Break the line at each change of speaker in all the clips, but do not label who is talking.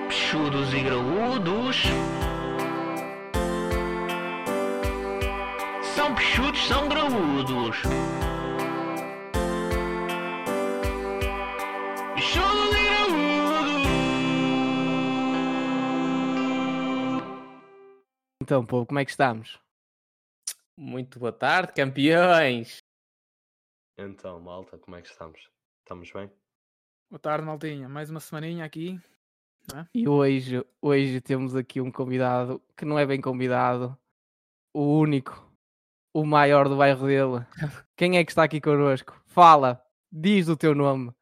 cabeçudos e graúdos. São peixudos, são graúdos. Peixudos e graúdos.
Então, povo, como é que estamos?
Muito boa tarde, campeões!
Então, malta, como é que estamos? Estamos bem?
Boa tarde, maltinha. Mais uma semaninha aqui.
E hoje, hoje temos aqui um convidado que não é bem convidado, o único, o maior do bairro dele. Quem é que está aqui connosco? Fala, diz o teu nome.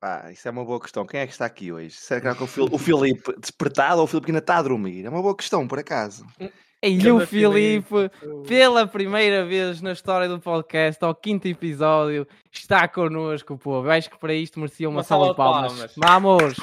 Pá, isso é uma boa questão. Quem é que está aqui hoje? Será que é o, Fil o Filipe despertado ou o Filipe que ainda está a dormir? É uma boa questão, por acaso.
E é o
Ganda
Filipe,
Filipe.
pela primeira vez na história do podcast, ao quinto episódio, está connosco, povo. Eu acho que para isto merecia uma, salva de palmas. Vamos!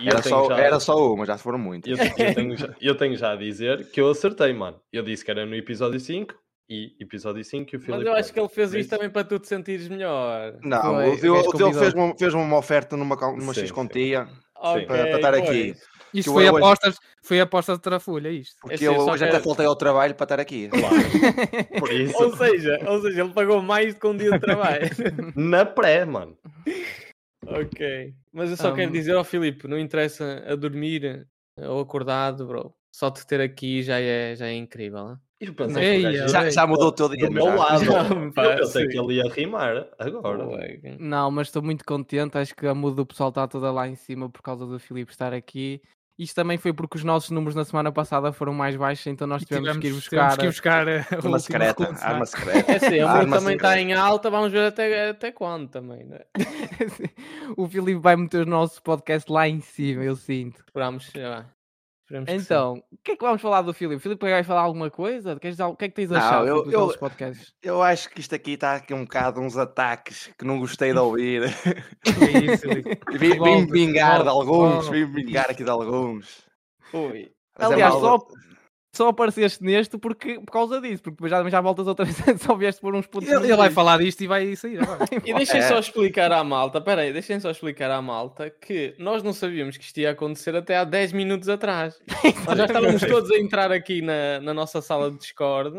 E
Era só,
já,
era só uma, já foram muitas.
eu, eu tenho já, eu tenho já a dizer que eu acertei, mano. Eu disse que era no episódio 5 e episódio 5 e o Filipe.
Mas eu acho que ele fez
por
isto
isso-
também para tu te sentires melhor.
Não,
Foi,
o Diogo-
és
o Diogo fez
convidado.
uma, fez uma oferta numa, co- numa
Sim,
X
sim.
quantia,
Ok,
para estar aqui.
pois.
Isto
eu
foi
hoje-
apostas, foi aposta de trafolha, isto.
porque
Assim,
eu
eu só
hoje até
quero-
faltei ao trabalho para estar aqui.
Claro. Por
Ou
isso,
seja, ou seja, ele pagou mais do que um dia de trabalho.
na pré, mano.
ok. Mas eu só
Ah,
quero
hum.
dizer ao Filipe, não interessa a dormir ou acordado, bro. Só te ter aqui já é, já é incrível. hein?
Eu pensei que
Ei,
o gajo-
eu-
Já, já mudou o teu dia,
do meu
mas já-
lado.
Já, pá,
Eu pensei que
sim.
ele ia rimar agora.
Ué,
Não, mas estou muito contente. Acho que a muda do pessoal está toda lá em cima por causa do Filipe estar aqui. Isto também foi porque os nossos números na semana passada foram mais baixos, então nós
E
tivemos, que ir
tivemos
buscar.
que ir buscar eh, a última
Arma secreta,
recurso, não é?
arma secreta.
É sim, a música
Ah, mas
também
sim,
está
cara.
em alta, vamos ver até, até quando também, né?
o Filipe vai meter o nosso podcast lá em cima, eu sinto.
Esperamos, sei lá. Esperamos que sim.
Então, o que é que vamos falar do Filipe? Filipe vai falar alguma coisa? Queres dizer al- O que é que tens
Não,
achado
eu-
Filipe, dos
eu-
nossos podcasts?
Eu acho que isto aqui está aqui um bocado uns ataques que não gostei de ouvir.
É isso, Filipe.
Vim, vim
Volta,
vingar de
volta,
alguns,
volta.
vim vingar aqui de alguns.
Ui.
Mas é
Aliás,
mal-
só, só apareceste neste porque, por causa disso, porque depois já, já voltas outra vez, só vieste por uns pontos.
ele, ele vai falar disto e vai sair agora.
E deixem só
É.
explicar à malta, peraí, deixem só explicar à malta que nós não sabíamos que isto ia acontecer até há 10 minutos atrás. Nós já estávamos todos a entrar aqui na, na nossa sala de Discord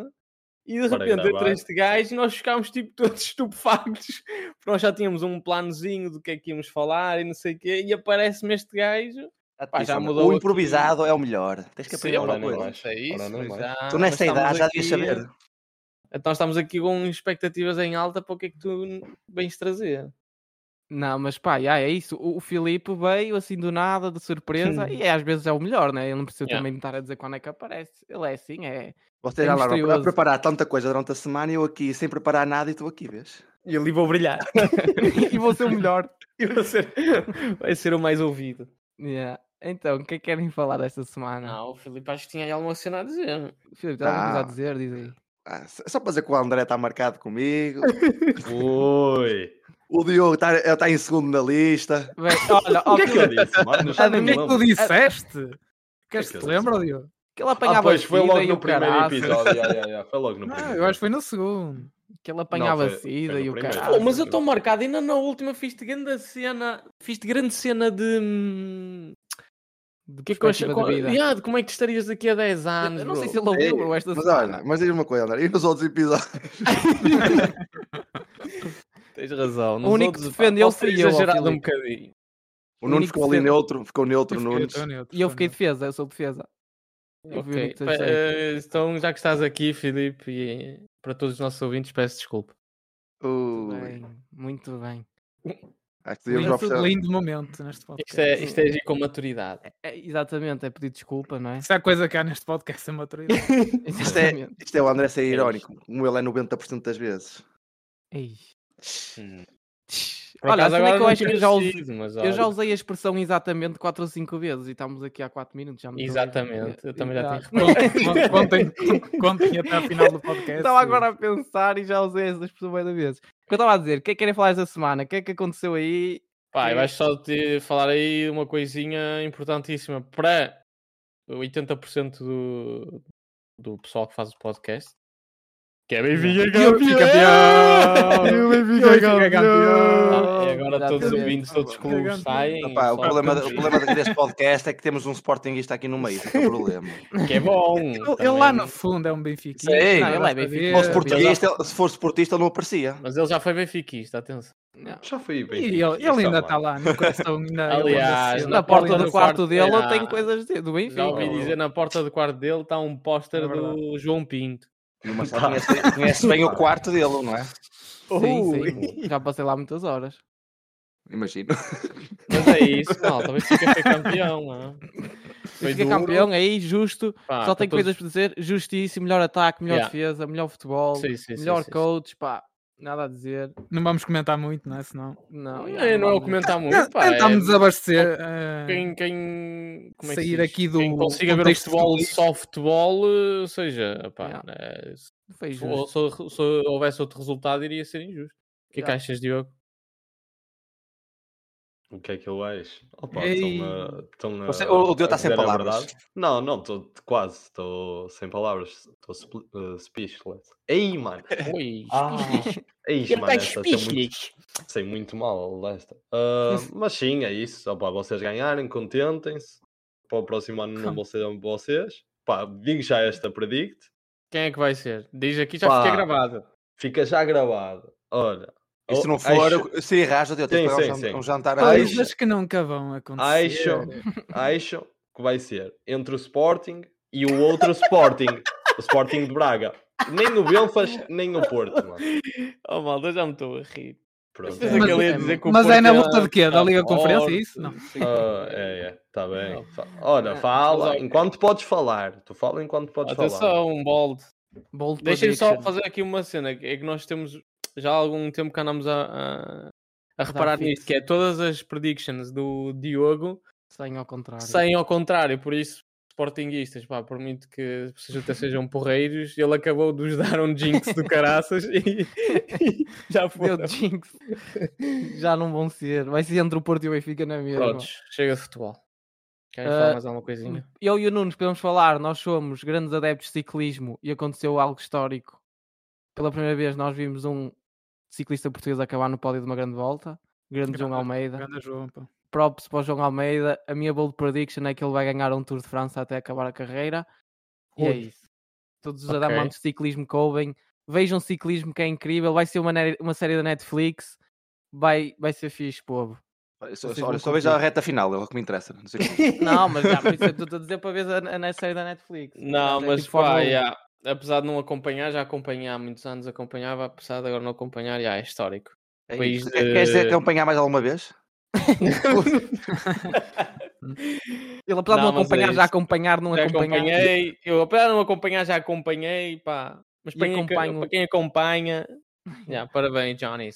e de
Para
repente entra
gravar.
este gajo e nós ficámos tipo todos estupefactos, porque nós já tínhamos um planozinho do que é que íamos falar e não sei o quê, e aparece-me este gajo. Pá, já
Atenção, né?
mudou
o
aqui.
improvisado é o melhor. Tens que aprender
Sim,
alguma
ora, não
coisa.
mais, é isso,
Ora, não
mas
mais.
já-
Tu
mas
nesta idade
estamos
já devias
aqui-
saber.
Então estamos aqui com expectativas em alta para o que é que tu vens trazer.
Não, mas pá, já, é isso. O, o Filipe veio assim do nada, de surpresa, e às vezes é o melhor, né? Ele não precisa
Yeah.
também me estar a dizer quando é que aparece. Ele é assim, é. É
Vocês já andaram a
misterioso.
preparar tanta coisa durante a semana e eu aqui sem preparar nada e estou aqui, vês?
E ali vou brilhar.
e vou ser o melhor.
E vai ser, vai ser o mais ouvido.
Yeah. Então, o que é que querem falar desta semana?
Não, o Filipe acho que tinha aí alguma cena a dizer.
Filipe, tens alguma coisa a
Não.
dizer? Diz aí.
Ah, só só para dizer que o André está marcado comigo,
Oi.
o Diogo está está em segundo na lista.
Bem, olha, ó,
O que é que eu
Filipe,
disse, mano? Já
Ah,
nem
O
me
que é que tu
lembro.
disseste?
que
Queres que
eu
te
disse?
lembra, Diogo?
que ele
Ah,
apanhava
pois foi
sida
logo
e o
no primeiro
caraças,
episódio. Ya, ya, ya, Foi logo no primeiro.
Não, eu acho que foi no segundo.
Que ele apanhava
foi- foi
sida
no
e o
primeiro.
caraças.
Oh, mas eu estou marcado, ainda na última fiz-te grande cena. Fiz-te grande cena de. hum,
De
Que é que eu achei-
perspectiva
qual-
de vida.
Yeah, de como é que estarias daqui a 10 anos?
Eu não sei
bro.
se ele ouviu ou esta
É, Mas
semana.
olha, mas diz uma coisa, André, e nos outros episódios?
Tens razão.
nos único que outros, pá, defendeu
posso ter
fui eu, ó,
exagerado um
Filipe.
bocadinho.
O
O
Nuno
único
ficou ali
defeito-
neutro, ficou neutro
Eu
o
fiquei-
Nuno.
tô neutro,
E eu
tô
fiquei
neutro.
defesa, eu sou defesa. Eu fui o
Ok,
único que
pa-
achei.
eh, então, já que estás aqui, Filipe, e para todos os nossos ouvintes, peço desculpa.
Uh,
Muito
Ui,
bem, muito bem.
acho que devíamos
Lindo-
oferecer.
Lindo momento neste podcast.
Isto é, isto é agir com maturidade.
É, exatamente, é pedir desculpa, não é?
Se há coisa que há neste podcast é maturidade.
Isto é,
Exatamente.
isto é o André ser
isto.
irónico, como ele é 90% das vezes.
Ei.
Hum.
Tch,
Por
Olha,
acaso,
assim é
agora
que eu
não
acho que
tinha
já usei,
sido, mas
eu já
olha.
usei a expressão exatamente 4 ou 5 vezes e estamos aqui há 4 minutos. Já me estou a lembrar.
Exatamente,
Eh,
eu também já tenho
Con- Contem, contem até ao final do podcast.
Estava agora a pensar e já usei essa expressão várias vezes. O que eu estava a dizer, o que é que querem falar esta semana? O que é que aconteceu aí?
Pá,
Que-
eu acho só te falar aí uma coisinha importantíssima para 80% do, do pessoal que faz o podcast.
Que é Benfica
Eu fui campeão!
campeão!
Eu fui campeão!
E agora todos os
Exatamente.
ouvintes, todos os clubes saem.
Epá, o,
só
problema,
com-
o problema daqui deste podcast é que temos um Sportingista aqui no meio. esse é o problema.
Que é bom.
Ele, ele
também.
lá no fundo é um Benfica.
Sim, ele
é benfiquista.
Se fosse portuguista, ele- se fosse portista, ele não aparecia.
Mas ele já foi benfiquista, atenção.
Já fui bem.
E ele, ele ainda tá está lá no coração. Ainda, assim, ele ainda
Aliás,
sente.
na
Na porta do quarto dele
era-
eu tenho coisas de- do
Ah, Já ouvi
Benfica.
dizer, na porta do quarto dele está um póster
É verdade.
do João Pinto.
E o Marcelo conhece, conhece bem o quarto dele, não é?
Sim, sim. Já passei lá muitas horas.
Imagino.
Mas é isso, não, talvez fique a ser campeão. não é? Foi
Fica
duro,
campeão é aí, justo.
pá,
Só tem
14
coisas para dizer. Justiça, melhor ataque, melhor
Yeah.
defesa, melhor futebol,
Sim, sim, sim,
melhor
sim, sim.
coach, pá. Nada a dizer.
Não vamos comentar muito, não é? Senão...
Não,
Não,
já,
é, não é o
vamos-
comentar muito, pá.
Tentámos
é
desabastecer. eh,
quem, quem, como é que se
sair
diz?
aqui do
Quem consiga ver o
contexto
futebol
futebolístico.
só futebol, eh, ou seja, pá,
Yeah.
né, se,
Foi
se-
justo.
se- se houvesse outro resultado, iria ser injusto. O que é que
Yeah.
achas, Diogo?
O que é que eu acho? Opa,
Ei.
estão
Você- o- o Diogo tá sem palavras.
Não, não, estou quase, estou sem palavras. Estou uh, speechless. Ei, mano!
Oi,
Ei,
ele
mano,
tá
esta tem muito
speechless.
Sei muito mal desta. Ah, mas sim, é isso. Opá, vocês ganharem, contentem-se. Para o próximo ano não vou ser um de vocês. Pá, digo já esta predict.
Quem é que vai ser? Diz aqui, já
Pá.
fiquei gravado.
Fica já gravado. Olha.
E se
oh,
não for,
acho-
eu- se errar, já deu
Sim,
tempo
sim,
para um, jan-
sim.
um jantar a
Pois,
dois.
mas-
Coisas que nunca vão acontecer.
Acho, acho que vai ser entre o Sporting e o outro Sporting. o Sporting de Braga. Nem no Belfast, nem o Porto, mano.
Oh, malta, já me estou a rir.
Pronto.
Pensei que
Mas-
ele ia dizer que o
mas é na
Porto
luta de quê? Da
era
Liga Conferência,
forte,
é isso? Não.
Ah, é, é, tá bem. Fa- Olha,
Não,
fala
mas olha-
enquanto podes falar. Tu fala enquanto podes falar.
Atenção, um bold.
Bold
Deixem-me só
prediction.
fazer aqui uma cena, que é que nós temos já há algum tempo que andamos a, a, a reparar
fixe.
nisto, que é todas as predictions do Diogo
Sem ao contrário.
saem ao contrário, por isso, sportinguistas, pá, por muito que vocês até sejam porreiros, ele acabou de nos dar um jinx do caraças e, e já foi.
Meu jinx. Já não vão ser. Vai ser entre o Porto e o Benfica na mesma.
Prontos, chega de futebol. Querem falar
Ah,
mais alguma coisinha?
Eu e o Nunes podemos falar, nós somos grandes adeptos de ciclismo e aconteceu algo histórico. Pela primeira vez nós vimos um ciclista português acabar no pódio de uma grande volta. Grande João
Grande-
Almeida.
Grande João, pá.
Props para o João Almeida. A minha bold prediction é que ele vai ganhar um Tour de França até acabar a carreira. E é
Ui.
isso. Todos os
Ok.
amantes de ciclismo coubem. Vejam ciclismo que é incrível. Vai ser uma, ne- uma série da Netflix. Vai, vai ser fixe, povo.
Olha, só-
Vocês
só-
vão
Olha, só vejo a reta final, é o que me interessa. Não sei como.
Não, mas já, por isso é que estou a dizer para ver a, a série da Netflix.
Não,
É
mas
tipo Fórmula
pá,
1.
já, apesar de não acompanhar, já acompanhei há muitos anos, acompanhava, apesar de agora não acompanhar, já, é histórico.
É
Pois,
isso. Quer- Queres dizer
eh,
que acompanhar mais alguma vez?
Ele, apesar de
Não,
não
mas é
acompanhar, já
isso.
acompanhar, não
já
acompanhar. tipo
acompanhei. Eu, apesar de não acompanhar, já acompanhei, pá. Mas
E
para quem,
acompanho.
para quem acompanha, já, parabéns, Johnny. É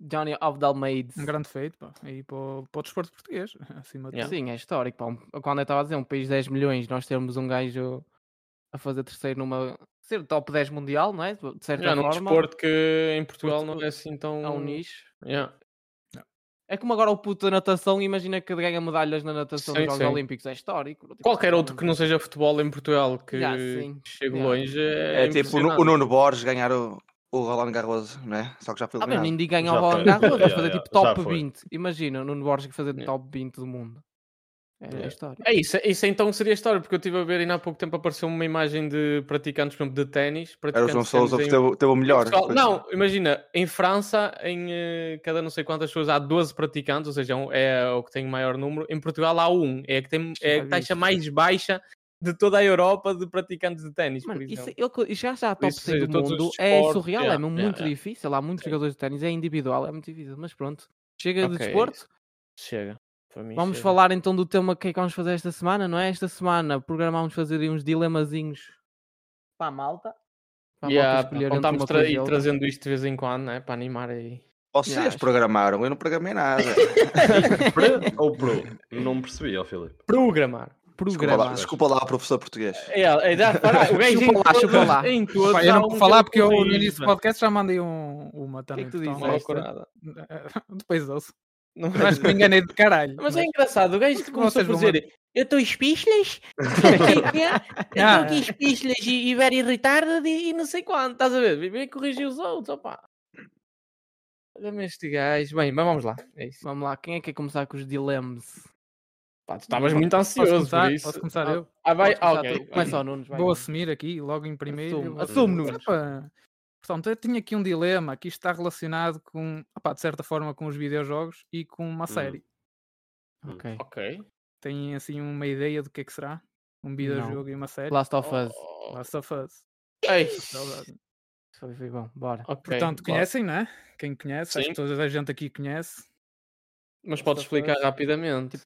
Johnny of Dalmaids.
Um grande feito, pá. E para o, para o desporto português, acima de
Yeah.
tudo.
Sim, é histórico. pá. Um- Quando eu estava a dizer, um país de 10 milhões, nós termos um gajo a fazer terceiro numa. ser top 10 mundial, não é? De certa
Já num
forma.
desporto que em Portugal não
Portu-
é assim tão.
É um nicho.
Já.
É como agora o puto da natação, imagina que ganha medalhas na natação
Sim,
dos Jogos
sim.
Olímpicos, é histórico. Tipo,
Qualquer outro que não seja futebol em Portugal que
Já, sim.
chegue
Já.
longe é,
É, tipo o Nu- o Nuno Borges ganhar o, o Roland Garros, não é? Só que já foi
Ah, meu,
eliminado.
ninguém ganha
Já
o Roland
foi.
Garros, vai
Já,
fazer
já,
tipo
já
top
foi.
20. Imagina, o Nuno Borges fazer
Yeah.
top 20 do mundo. É,
Yeah.
é histórico.
É isso, isso então seria história, porque eu estive a ver ainda há pouco tempo apareceu uma imagem de praticantes por exemplo, de ténis.
Era o
praticantes
João
de ténis
Souza que
em-
teve, teve o melhor.
Portugal-
depois.
Não, imagina, em França, em eh, cada não sei quantas pessoas há 12 praticantes, ou seja, é um- é o que tem o maior número. Em Portugal há um, é a que tem é a
Já
taxa
viste.
mais baixa de toda a Europa de praticantes de ténis,
Mano,
por
isso,
exemplo.
eu, co- e chegar já à
Por
top
isso,
100
seja,
do
todos os
mundo é
desportos,
surreal,
yeah,
é mesmo
yeah,
muito
yeah.
difícil. Há muitos
Sim.
jogadores de ténis, é individual, é muito difícil, mas pronto. Chega de
Ok, é
desporto,
Chega. Para mim,
vamos
chega.
falar então do tema que é que vamos fazer esta semana, não é? Esta semana programámos fazer aí uns dilemazinhos para a malta. Para a
Yeah,
malta escolher
pá,
entre uma
contámos tra-
coisa e
e
outra.
trazendo isto de vez em quando, né, para animar aí.
Vocês
Yeah, acho-
programaram, eu não programei nada.
Pre é ou pro? Não percebi, ó Filipe.
Programar.
desculpa, lá,
Programas.
desculpa lá, professor português.
É, é, já, para, o gajo em
Chupa lá,
todas-
chupa lá.
em todas
Pá, eu
há
não
um
vou
que
falar
ele
porque eu no
corrige,
início do
mano.
podcast já mandei um, uma também.
é tu
portanto,
dizes?
Não
podcast-
vou nada.
Depois ouço.
Não
Eu acho que me enganei de caralho.
Mas é engraçado, o gajo
Como
começou a
vocês vão
fazer
Eu estou espichlas, estou
Ah.
aqui espichlas e, e very retarded e, e não sei quanto, estás a ver? Vem- Vem corrigir os outros, opá. Olha-me este gajo. Bem, mas vamos lá. É isso.
Vamos lá, quem é que quer começar com os dilemas?
Pá, tu estavas muito
Posso
ansioso
começar?
por isso.
Posso começar eu?
Ah, vai,
Podes
ah, ok.
começar tu. Começa o Nunes, vai.
Vou assumir aqui, logo em primeiro.
Assume,
Vou-
assume,
Epá, Portanto, eu tinha aqui um dilema que isto está relacionado com, opá, de certa forma, com os videojogos e com
Hum.
uma série.
Ok.
Ok.
Têm assim uma ideia do que é que será? Um videojogo e uma série?
Last of
Oh,
Us.
Last of Us.
Ei.
Saudade.
Foi, foi bom, bora.
Ok,
Portanto,
bora.
conhecem, não é? Quem conhece, acho
Sim.
que toda a gente aqui conhece,
Mas podes
Last of
explicar
Us.
Tipo,
rapidamente.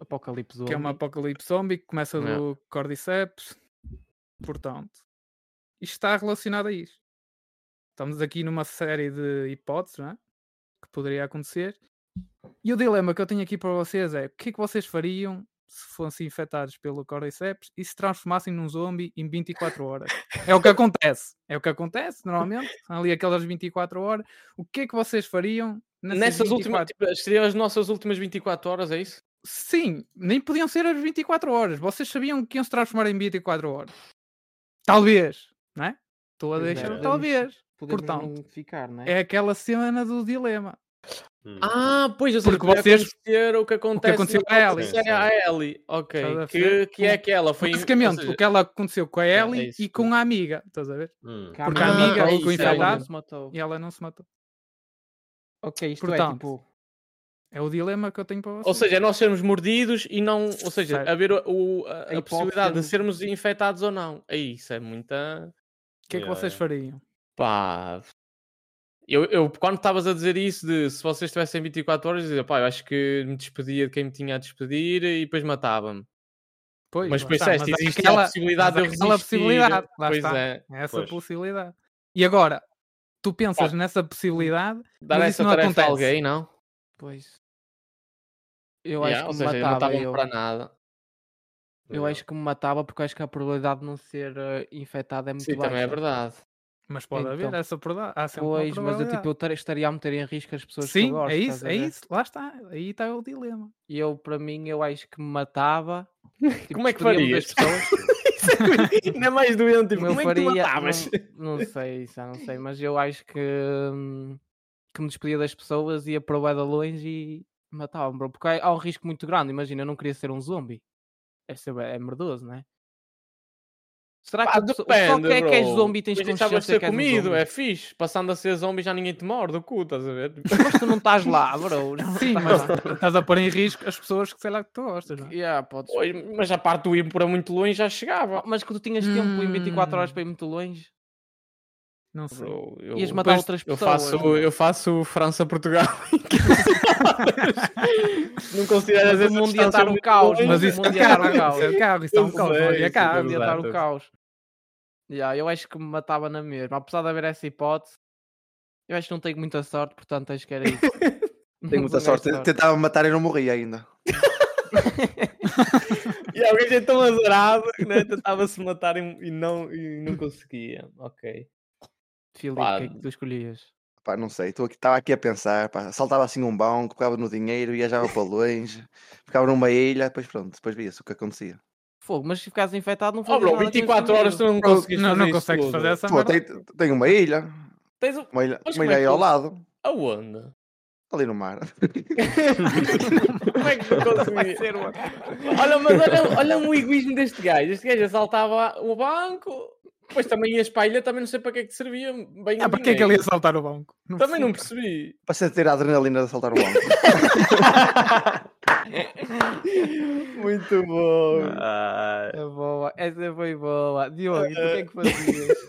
Apocalipse
que é uma
Zombie.
apocalipse zombie que começa
Yeah.
do Cordyceps. Portanto, isto está relacionado a isto. Estamos aqui numa série de hipóteses, não é? Que poderia acontecer. E o dilema que eu tenho aqui para vocês é: o que é que vocês fariam se fossem infectados pelo Cordyceps e se transformassem num zombie em 24 horas? É o que acontece. É o que acontece, normalmente. Ali aquelas 24 horas. O que é que vocês fariam
Nessas últimas,
24
tipo, seriam as nossas últimas 24 horas, é isso?
Sim, nem podiam ser as 24 horas. Vocês sabiam que iam se transformar em 24 horas. Talvez, não é? Estou a
Pois
deixar,
é.
talvez.
Podemos
portanto,
não ficar, né?
É aquela cena do dilema.
Hum,
Ah, pois, eu sei
Porque vocês-
o que acontece.
aconteceu
na
a Ellie.
É
série A Ellie. Ok.
Estás a
Que,
ver?
que é aquela? Foi ou
Basicamente,
seja, é,
o que ela aconteceu com a Ellie
isso,
e com a amiga. Estás a ver?
hum.
Que
porque
a amiga
é
ficou
isso,
infectada.
ela não se matou.
E ela não se matou.
Ok, isto é
Portanto,
tipo.
É o dilema que eu tenho para vocês.
Ou seja, é nós sermos mordidos e não. Ou seja,
Certo.
haver o, o- a, a
hipótese
possibilidade de
temos-
sermos infectados ou não. É isso, é muita.
o que é que
Yeah,
vocês
yeah.
fariam?
Pá. Eu, eu quando estavas a dizer isso, de se vocês tivessem 24 horas, eu dizia, pá, eu acho que me despedia de quem me tinha a despedir e depois matava-me.
Pois,
Mas
lá
depois
está,
disseste,
mas
existe
aquela-
a possibilidade de eu
mas aquela
resistir.
possibilidade, lá
pois
está.
é.
é Essa
Pois.
possibilidade. E agora, tu pensas nessa possibilidade?
Dar
Mas isso
essa
não
tarefa
acontece.
a alguém, não?
Pois. Eu
Yeah, ou
acho que
seja,
me
não
matava.
estavam
Eu,
para nada.
eu acho que me matava porque acho que a probabilidade de não ser eh, infectada é muito
Sim,
baixa.
também é verdade.
Mas pode haver
Então,
essa proba- há sempre uma
Pois, mas eu,
probabilidade.
tipo, eu tar- estaria a meter em risco as pessoas que
Sim,
eu gosto.
é
estás
isso,
a
é
ver?
isso, lá está, aí está o dilema.
E eu, para mim, eu acho que me matava. Tipo,
Como é que
escolhia uma das
farias?
pessoas.
Ainda é mais doente, tipo,
Como eu
como é que tu
faria,
matavas?
não, não sei, já não sei, mas eu acho que, hum, que me despedia das pessoas, ia para o bué de longe e matava-me, bro. Porque há, há um risco muito grande, imagina, eu não queria ser um zombie. Deve ser bué- é merdoso, não é? Será que
Pá,
o pessoal- o pessoal
depende,
que é que és
bro.
zombie e tens
Mas deixavas de
consciência
ser
que és um
comido,
zombie?
é fixe. Passando a ser zombie já ninguém te morde o cu, estás a ver?
Mas tu não estás lá, bro. já não
Sim,
estás
mas
lá.
estás a pôr em risco as pessoas que sei lá que tu gostas, não é?
Yeah, podes-
Pois, mas a parte do ir para muito longe já chegava.
Mas que tu tinhas tempo em 24
Hum.
horas para ir muito longe.
Não sei.
Bro, eu,
Ias matar
depois
outras
eu
pessoas,
Faço,
não é?
eu faço França-Portugal em 15 Não consideras
Mas
essa
o mundo ia
distância
estar um
muito
caos,
longe.
Mas
o
isso
mundo
é
ia dar um
carro, isso é
caos.
um carro, isso é um
Eu
caos, não
sei,
havia
isso
carro.
Ia estar o
Exato.
caos. Yeah, eu acho que me matava na mesma. Apesar de haver essa hipótese, eu acho que não tenho muita sorte, portanto acho que era isso. Não
Tenho muita sorte.
mais
Tentava me matar e não morri ainda.
E alguém é tão azarado que né, tentava-se matar e, e não, e não conseguia. Ok.
Filipe,
Pá.
o que é que tu escolhias?
Pá, não sei, estava aqui, tava aqui a pensar, pá, saltava assim um banco, pegava no dinheiro, viajava para longe, ficava numa ilha, depois pronto, depois via-se o que acontecia.
Fogo, mas se ficares infectado não
Oh,
fazes
bro,
nada com esse
24 horas tu não
dinheiro.
consegues
não,
fazer
não
isso
consegues
tudo.
fazer essa
Pô,
merda.
tenho, tenho uma ilha,
Tens um...
uma ilha,
Mas como
uma
é
ilha aí
que
ao
tu-
lado,
Aonde?
ali no mar.
Como é que tu conseguias? Olha, mas olha, olha o egoísmo deste gajo. Este gajo assaltava o banco, depois também ias para a ilha, também não sei para que é que te servia bem
Ah,
o
para que é que ele ia
dinheiro.
saltar o banco? Não
Também não
percebo.
percebi.
Para sentir a adrenalina de saltar o banco.
Muito bom.
Ah,
É boa, essa foi boa. Diogo, e tu o que é que fazias?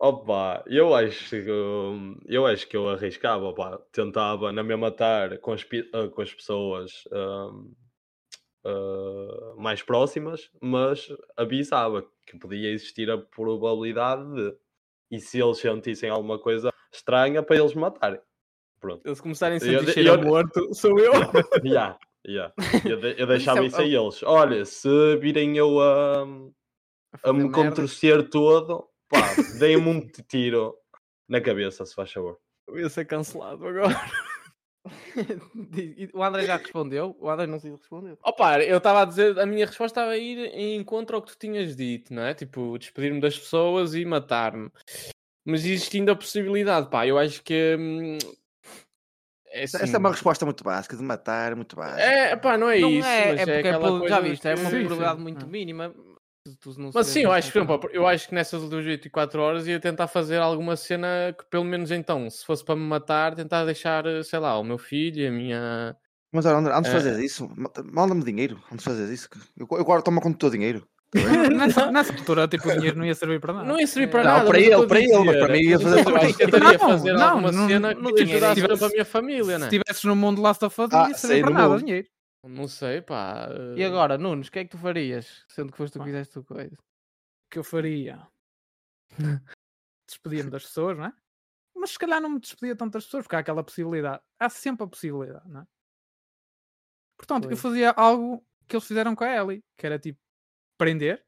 opa, eu acho que hum, eu acho que eu arriscava, pá, tentava na mesma estar com as, pi- ah, com as pessoas hum, ah, mais próximas, mas avisava que podia existir a probabilidade de e se eles sentissem alguma coisa estranha para eles me matarem. Pronto.
Eles começarem a
Eu-
sentir cheiro a
eu-
morto, sou eu.
Yeah, yeah. Eu, de- eu deixava
é-
isso a eles. Olha, se virem eu a, a
fazer
me
merda.
contorcer todo, pá, deem-me um tiro na cabeça, se faz favor.
Eu ia ser cancelado agora.
Diz- o André já respondeu. O André não se respondeu.
Opa, eu estava a dizer, a minha resposta estava a ir em encontro ao que tu tinhas dito, não é? Tipo, despedir-me das pessoas e matar-me. Mas existindo a possibilidade, pá, eu acho que. hum, é
Essa,
assim.
essa é uma resposta muito básica, de matar, muito básica.
É, pá, não é
não
isso.
é,
mas
é porque é
aquela
pelo- já
coisa
viste, é
que-
uma probabilidade
sim.
muito
Ah.
mínima. Tu- tu não
Mas
sabes
sim, eu acho, que, um por
encontrar.
exemplo, eu acho que nessas últimas 24 horas ia tentar fazer alguma cena que, pelo menos então, se fosse para me matar, tentar deixar, sei lá, o meu filho, e a minha.
Mas olha, André, antes de
É.
fazer isso, ma- manda-me dinheiro. Antes de fazer isso, que eu, eu guardo, toma conta do teu dinheiro.
nessa, nessa altura, tipo, o dinheiro não ia servir para nada.
Não ia servir para
Não,
nada.
para
mas eu
ele,
estou a
para ele, mas para mim ia
mas
fazer
eu acho que eu tentaria
Não,
fazer
não,
alguma
não-
cena que
não
me
tinha
ajudasse
dinheiro.
para a minha família,
Se
né?
estivesses no mundo de Last of Us, não
Ah,
ia
sei,
servir para
no
nada o
mundo.
dinheiro.
Não sei, pá.
E agora, Nunes, o que é que tu farias? Sendo que foste tu que
Pá.
fizeste o coisa.
O que eu faria? Despedia-me das pessoas, não é? Mas se calhar não me despedia tanto das pessoas, porque há aquela possibilidade. Há sempre a possibilidade, não é? Portanto, eu
Pois.
fazia algo que eles fizeram com a Ellie, que era tipo prender,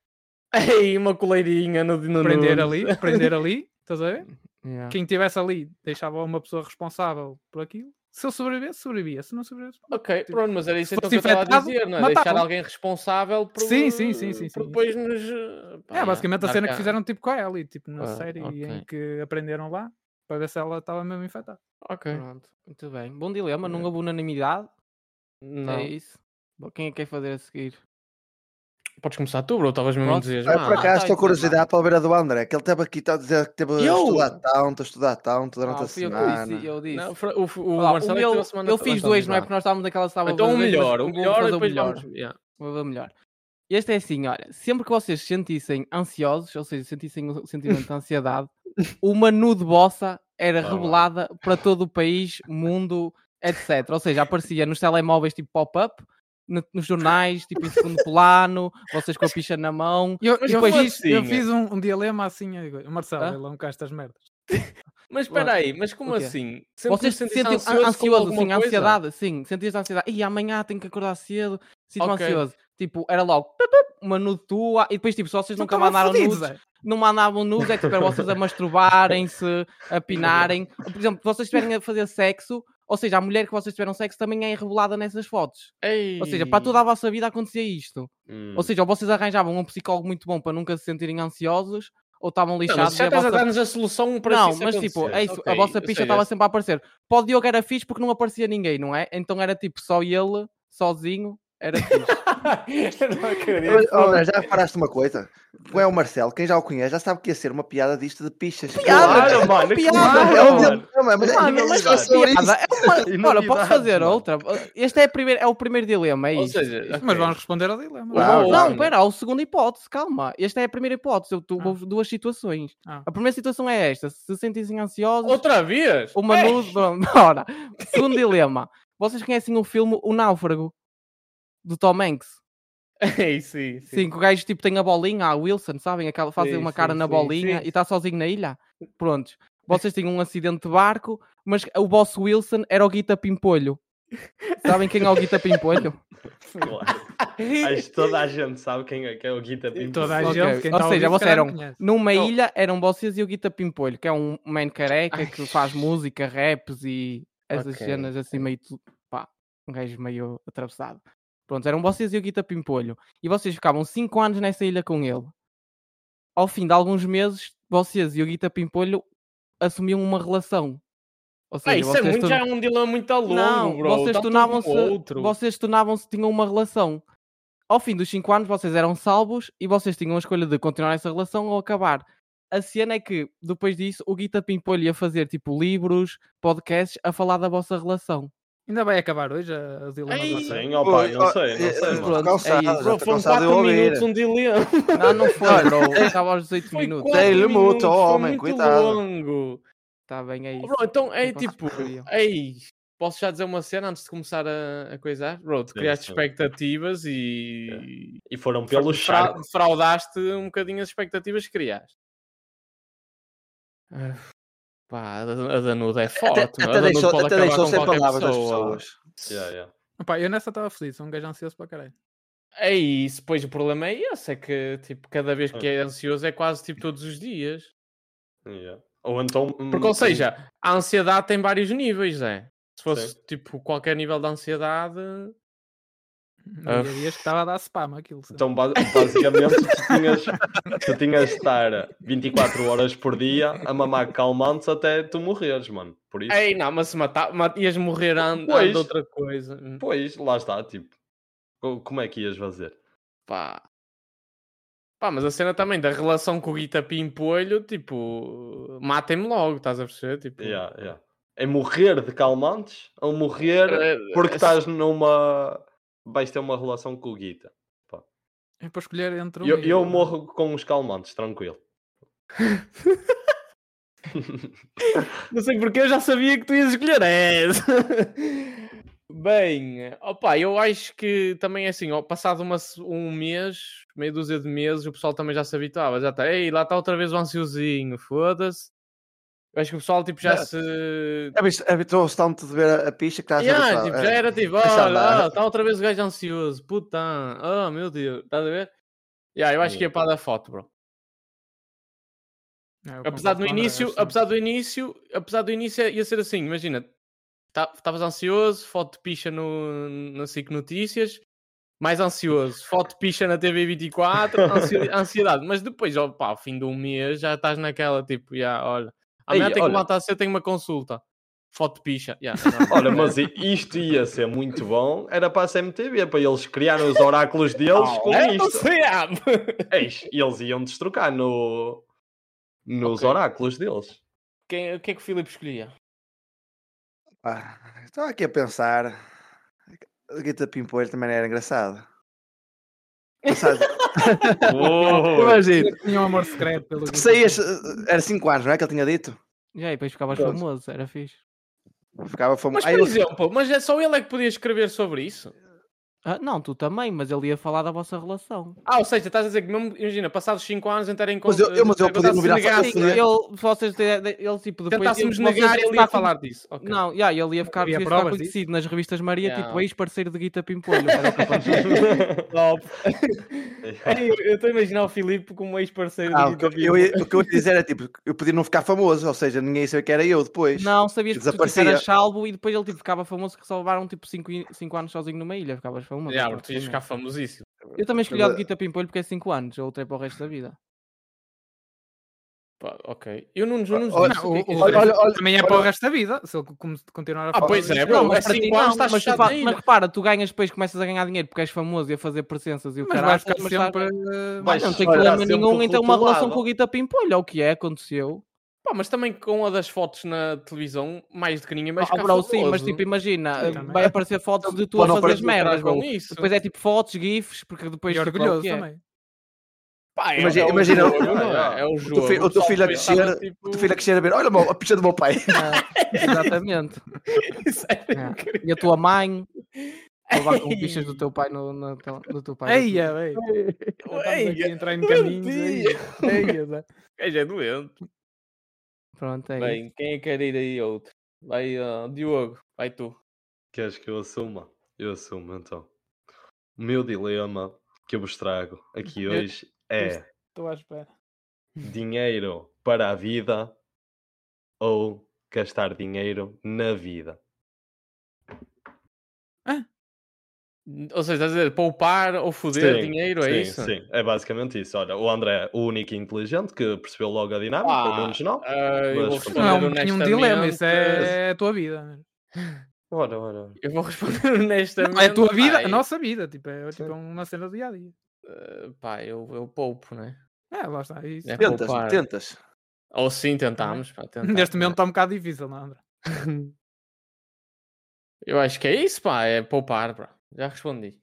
Ei, uma coleirinha no, no Uhum.
prender
no-
ali, prender ali, estás a ver?
Yeah.
Quem estivesse ali deixava uma pessoa responsável por aquilo. Se ele sobrevivesse, sobrevivia. Se não sobrevivesse, não.
Ok, pronto, mas era isso
Se
então que
fosse
eu estava a
infectado,
dizer, não é?
matavam.
Deixar alguém responsável por,
Sim, sim, sim, sim,
por
sim.
depois nos. eh, pá,
é basicamente a
dar
cena que
cá.
fizeram tipo com a Ellie, tipo na
Ah,
série
ok.
em que aprenderam lá para ver se ela estava mesmo infectada.
Ok.
Pronto, muito bem. Bom dilema, não houve unanimidade.
Não.
É isso. Bom, Quem é que quer fazer a seguir?
Podes começar tu, bro. Estavas mesmo
Posso?
Olha, É, por
Ah, entusiasmado.
tá
acaso, estou
aí,
curiosidade para ver a do André, que ele esteve aqui está a dizer que teve a
Eu?
estudar tanto, a estudar tanto durante
Ah,
a
fui eu que
semana.
disse, eu disse.
Não, fra- o, o,
Olá, o
Marcelo é que
meu-
teve a semana
eu
toda.
fiz
Então,
dois, não é
vá.
porque nós estávamos naquela sala
Então o
dois, mas um
melhor, o
vou
melhor e
fazer
depois
melhor.
vamos. Yeah.
Vou ver melhor. Este é assim, olha, sempre que vocês se sentissem ansiosos, ou seja, sentissem o sentimento de ansiedade, uma nude bossa era
Tá
Vá lá.
revelada para todo o país, mundo, etc. Ou seja, aparecia nos telemóveis tipo pop-up, no- nos jornais, tipo em segundo plano, vocês com a picha na mão.
Eu,
Mas
eu
como
fiz, eu
assim?
fiz um, um dilema assim, eu digo, Marcelo,
Hã?
ele não cá estas merdas.
Mas espera aí, mas como
O quê?
assim?
Vocês se
sentiste
sentem
ansioso com
ansioso, ansioso
alguma
sim,
coisa?
ansiedade, sim, sentias ansiedade. E amanhã tenho que acordar cedo, sinto-me
Ok.
ansioso. Tipo, era logo pip, pip, uma nude tua, e depois, tipo, se vocês nunca mandaram nudes, não mandavam nudes, é tipo, era vocês a masturbarem-se, a pinarem. Por exemplo, vocês estiverem a fazer sexo, ou seja, a mulher que vocês tiveram sexo também é revelada nessas fotos.
Ei.
Ou seja, para toda a vossa vida acontecia isto.
Hum.
Ou seja, ou vocês arranjavam um psicólogo muito bom para nunca se sentirem ansiosos, ou estavam
Não, mas
lixados.
já
e a
estás a
vossa-
dar-nos a solução para
não,
isso
mas tipo,
acontecer.
é isso,
Ok,
a vossa
ou
picha
seja,
estava sempre a aparecer. Para o Diogo era fixe porque não aparecia ninguém, não é? Então era tipo só ele, sozinho, era fixe.
Eu não acredito.
Mas, ó, André, já reparaste uma coisa? Como é o Marcelo, quem já o conhece, já sabe que ia ser uma piada disto de pichas.
Piada,
Claro, mano,
piada,
claro,
É
mano.
um dilema, mas é
Mano, mas
inevitável.
que piada. É uma... Ora, posso
Inovidade,
fazer
mano.
outra? Este é, a primeira- é o primeiro dilema, é
Ou
isto.
seja, ok.
Mas vamos responder ao dilema.
Claro,
Não,
Não,
claro.
espera, há o segundo hipótese, calma. Esta é a primeira hipótese, eu tu,
Ah.
houve duas situações.
Ah.
A primeira situação é esta, se se sentissem ansiosos,
Outra vez?
uma nude... Ora, segundo dilema. Vocês conhecem o filme O Náufrago, do Tom Hanks?
Ei, sim, sim.
Sim, que o gajo tipo tem a bolinha, a Wilson, sabem? Aquela fazem
Sim,
uma
sim,
cara na
sim,
bolinha
sim.
e está sozinho na ilha. Prontos. Vocês tinham um acidente de barco, mas o vosso Wilson era o Guita Pimpolho. Sabem quem é o Guita Pimpolho?
Claro. Acho que toda a gente sabe quem é, quem é o Guita Pinto.
Toda a
Ok,
gente, quem
ou
tá a
seja, um
ouvir, se calhar
vocês
não
eram-
conhece.
Numa
Então-
ilha eram vocês e o Guita Pimpolho, que é um man careca que faz música, raps e essas
Ok,
cenas assim meio... tu- Pá, um gajo meio atravessado. Pronto, eram vocês e o Guita Pimpolho. E vocês ficavam 5 anos nessa ilha com ele. Ao fim de alguns meses, vocês e o Guita Pimpolho assumiam uma relação. Ou
Ah,
seja,
isso é
vocês
muito,
torna-
já é um dilema muito a longo,
Não,
bro.
vocês
Tanto um
tornavam-se-
como outro.
vocês tornavam-se, tinham uma relação. Ao fim dos 5 anos, vocês eram salvos e vocês tinham a escolha de continuar essa relação ou acabar. A cena é que, depois disso, o Guita Pimpolho ia fazer, tipo, livros, podcasts, a falar da vossa relação.
Ainda vai acabar hoje a- o dilema.
Ei,
do
Não
Marcelo.
sei, ó pai, não sei, não sei,
Estou
mano.
cansado,
é isso.
já
Bro,
estou
foram
cansado de
4
ouvir.
minutos um dilema.
Ah, Não, não foi, bro. Estava aos 18
Ah, Foi
minutos.
4
Dei-lhe
minutos,
multa ao
foi
homem,
muito
coitado.
longo.
Está bem, é
Oh,
isso.
bro, então é
Eu posso
tipo,
referir.
ei, posso já dizer uma cena antes de começar a, a coisar? Bro, tu
Sim,
criaste
sim.
expectativas e
E foram
fra-
pelo charco.
fraudaste um bocadinho as expectativas que criaste. Ah, Pá, a da- a Danuda é forte.
Até,
meu. A
até
Danuda
deixou,
pode
até
acabar
deixou
com
sem
qualquer
palavras as
pessoa.
pessoas.
Yeah, yeah.
Opa, eu nessa estava feliz, sou um gajo ansioso para caralho.
É isso, pois o problema é esse, é que tipo, cada vez que é ansioso é quase tipo todos os dias.
Yeah. Ou então.
Hum,
Porque, ou seja, a ansiedade tem vários níveis, é? Se fosse tipo qualquer nível de ansiedade,
Não dirias que estava a dar spam aquilo. sabe?
Então, ba- basicamente, tu tinhas, tu tinhas de estar 24 horas por dia a mamar calmantes até tu morreres, mano. Por isso,
ei, não, mas se matar, mat- ias morrer a
Pois.
de outra coisa.
pois, lá está, tipo, co- como é que ias fazer?
Pá. Pá, mas a cena também da relação com o Guita Pimpolho, tipo, matem-me logo, estás a perceber? Tipo,
Yeah, yeah. É morrer de calmantes ou morrer
eh,
porque
eh,
estás numa. vais ter uma relação com o Guita.
É para escolher entre um
Eu,
e
eu
outro.
morro com os calmantes, tranquilo.
Não sei porque eu já sabia que tu ias escolher essa. Bem, opa, eu acho que também é assim, ó, passado uma se- um mês, meia dúzia de meses, o pessoal também já se habituava, já está, ei, lá está outra vez o ansiosinho, foda-se. Eu acho que o pessoal tipo já
É.
se.
Habitou-se-te de ver a, a picha que estás
Yeah,
a
tipo,
é.
ver.
já era tipo,
deixa
olha,
andar."
está outra vez o gajo ansioso, puta, oh meu Deus, estás a ver? Yeah, eu acho
Uhum.
que ia para a da foto, bro.
É, eu
apesar do
concordo com o André,
início,
acho que
apesar do início, apesar do início ia ser assim, imagina, tá- estavas ansioso, foto de picha no, na SIC Notícias, mais ansioso, foto de picha na TV 24, ansi- ansiedade, mas depois, ó, pá, ao fim de um mês já estás naquela, tipo, já, olha, amanhã
Ei,
tenho que
olha.
levantar-se, eu tenho uma consulta, foto de picha, é já, não.
Olha, mas i- isto ia ser muito bom, era para a CMTV, para eles criarem os oráculos deles com
É, não
isto.
sei, ah,
Eis, eles iam destrocar no, nos
Ok.
oráculos deles.
Quem, o que é que o Filipe escolhia?
Ah, Estava aqui a pensar. O Guita Pimpolho também era engraçado. Sabe,
Uou,
Imagina.
Tinha um amor secreto pelo
tu
Guita.
saías, eh, era 5 anos, não é que ele tinha dito?
Já, e depois ficavas
Pois.
famoso, era fixe.
Ficava famoso.
Mas, por exemplo, mas é só ele é que podia escrever sobre isso?
Ah, não, tu também, mas ele ia falar da vossa relação.
Ah, ou seja, estás a dizer que mesmo, imagina, passados 5 anos entrarem com
Mas eu- eu- mas eu podia me virar para
negasse,
Sim,
Sim,
né?
ele, vocês, de- de- ele tipo, depois...
é? tentássemos
ele- vocês
negar
iam
ele
ficar
ia
com-
falar disso. Ok.
Não, já, ele ia ficar,
Havia
ia ficar
provas
conhecido nas revistas Maria,
Yeah.
tipo, ex-parceiro de Guita Pimpolho. era o que aparecia.
Top. Ei, eu- eu estou a imaginar o Filipe como ex-parceiro
Ah,
do
o, que eu,
Guita
eu ia- o que eu ia dizer era tipo, eu podia não ficar famoso, ou seja, ninguém sabia que era eu depois.
Não, sabias que tu tipo,
Desaparecia.
eras salvo e depois ele tipo, ficava famoso que salvaram tipo 5 anos sozinho numa ilha, ficavas famoso.
Yeah,
ficavas
bro, tu ias ficar
famoso.
famosíssimo.
Eu também escolhi o de
Mas-
Guita Pimpolho porque é 5 anos, a outra é para o resto da vida.
Pá, ok. Eu não nos não, nos
Olha,
disse
Não,
o que é que
o-
ias
o-
dizer.
olha, olha,
Também é para o resto da vida, se ele com- continuar a
Ah,
falar.
pois é,
disso.
bro. É
para ti
5 anos,
não,
estás
mas, tu
fechado
fa-
na ilha.
mas repara, tu ganhas depois começas a ganhar dinheiro porque és famoso e a fazer presenças e o
Mas
caralho.
vai ficar
mas estás-
sempre. eh,
Vai
mais-
Mas não tem
Olha,
problema
sempre um
nenhum em ter uma relação
rotulado.
com o Guita Pimpolho, é o que é, aconteceu.
Pá, mas também com a das fotos na televisão, mais de que ninguém vai
Ah,
ficar
bro, sim, mas
famoso.
tipo, imagina,
Sim, também.
vai aparecer fotos de tu
Pô,
a
não
fazer
aparece
Parar
merdas,
com
bro.
isso.
Depois é tipo fotos, gifs, porque depois
E
tipo, é o que
orgulhoso
é.
também.
Pá, é-
Imagina-
é o
imagina-
jogo, não é? É o
teu
jogo.
fi- o teu
pessoal
filho a
depois estava,
crescer,
tipo,
o teu filho a crescer a ver, olha uma- a picha do meu pai.
Exatamente.
isso era
É.
incrível.
E a tua mãe a levar com fichas do teu pai no, na tela- do teu pai.
Ei, é, ei. Estamos aqui a
Eia,
entrar em caminhos.
doentio.
ei, eia, Zé.
gajo é doente.
Pronto, é isso.
Bem, quem é que quer ir aí outro? Vai, ah, Diogo, vai tu.
Queres que eu assuma? Eu assumo, então. O meu dilema que eu vos trago aqui
Eu-
hoje é
Estou à espera.
dinheiro para a vida ou gastar dinheiro na vida.
Ou seja, estás a dizer, poupar ou foder
Sim,
dinheiro,
sim,
é isso?
sim, é basicamente isso. Olha, o André é o único inteligente que percebeu logo a dinâmica,
Ah,
pelo menos não.
Ah, eu vou
Mas-
responder
Não é um, tinha um
honestamente.
dilema, isso é a tua vida. mano.
Ora, ora.
Eu vou responder honestamente.
Não, é a tua vida,
Pai,
a nossa vida. Tipo, é, tipo, é uma cena do dia a dia.
eh, pá, eu, eu poupo, né?
É, lá está. é isso.
É
Tentas,
poupar.
tentas.
Ou sim, tentámos. Pá, tentámos,
Neste
né?
momento está um bocado difícil, não é, André?
Eu acho que é isso, pá, é poupar, bro. Já respondi.